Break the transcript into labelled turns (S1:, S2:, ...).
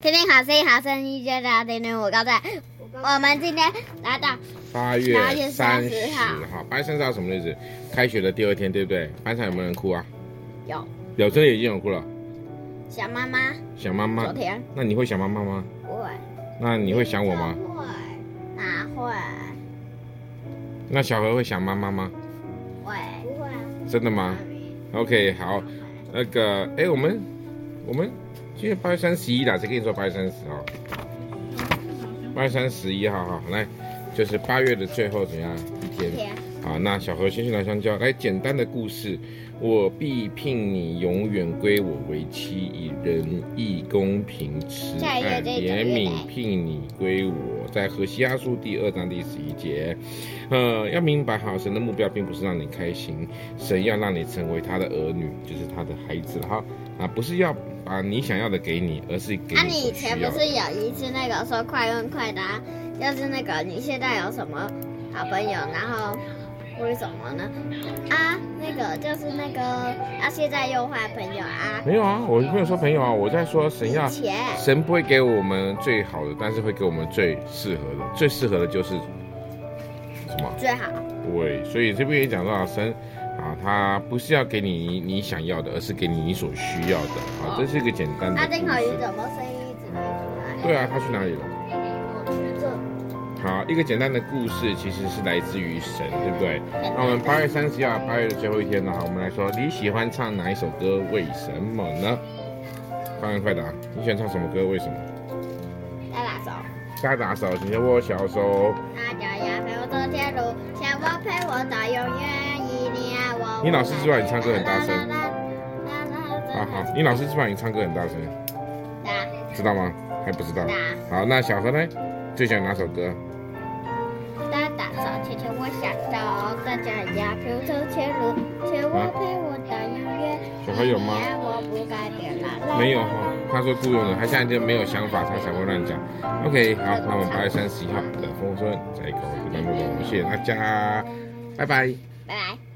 S1: 听好声音，好声音就大点点。我告诉你，我们今天来到
S2: 八
S1: 八
S2: 月
S1: 月
S2: 三
S1: 30
S2: 十
S1: 号
S2: 号，八月三十号什么日子？开学的第二天，对不对？班上有没有人哭啊？
S1: 有
S2: 有，真的已经有哭了。
S1: 小妈妈，
S2: 想妈
S1: 昨
S2: 妈，
S1: 天
S2: 那你会想妈妈吗？
S1: 会，
S2: 那你会想我吗？
S1: 会，哪会？
S2: 那小何会想妈妈吗？
S1: 会不会？
S2: 真的吗？OK，好，那个，哎、我们我们今天八月三十一啦，谁跟你说八月三十号？八月三十一号哈，来，就是八月的最后怎样一天？
S1: 天，
S2: 好，啊那小何先去拿香蕉，来简单的故事。我必聘你，永远归我为妻，以仁义、公平、慈
S1: 下一页
S2: 爱、
S1: 这一整页
S2: 怜悯
S1: 来
S2: 聘你归我，在何西阿书第二章第十一节。呃，要明白哈，神的目标并不是让你开心，神要让你成为他的儿女，就是他的孩子哈。啊，不是要把你想要的给你，而是给
S1: 啊，
S2: 你
S1: 你
S2: 所
S1: 以前
S2: 需
S1: 不
S2: 要的。
S1: 是有一次那个说快问快答，就是那个你现在有什么好朋友，然后为什么呢？啊，那个就是那个啊，现在又换朋友啊，
S2: 没有啊，我没有说朋友啊，我在说神要
S1: 以前
S2: 神不会给我们最好的，但是会给我们最适合的。最适合的就是什么？
S1: 最好
S2: 对，所以这边也讲到啊神啊，他不是要给你你想要的，而是给你你所需要的啊。这是一个简单的
S1: 阿
S2: 故事
S1: 丁。口鱼怎么声音一直没出来？
S2: 对啊，他去哪里了？
S1: 这
S2: 好，一个简单的故事其实是来自于神，对不对？
S1: 很
S2: 那我们
S1: 难
S2: 八月三十号，八月的最后一天呢、啊我们来说，你喜欢唱哪一首歌？为什么呢？快问快答，啊你喜欢唱什么歌？为什么？
S1: 再来首。
S2: 大打手，请先握小手。
S1: 那就要陪我走天路，想我陪我到永远，一定要我。
S2: 你老师知道你唱歌很大声
S1: 啦啦啦啦啦
S2: 啊好，你老师知道你唱歌很大声，
S1: 啦
S2: 知道吗？还不知道
S1: 啦。
S2: 好，那小何呢？最喜欢哪首歌？
S1: 哒哒手牵牵我想走，大家要陪我走天路，想我陪我到永远。
S2: 小何有吗？
S1: 一定要我不改变啦。啦
S2: 没有哈，他说雇佣人，他现在就没有想法，他才会乱讲。OK，好，那我们八月三十一号的风声在搞这个栏目，谢谢大家，拜拜。
S1: 拜拜。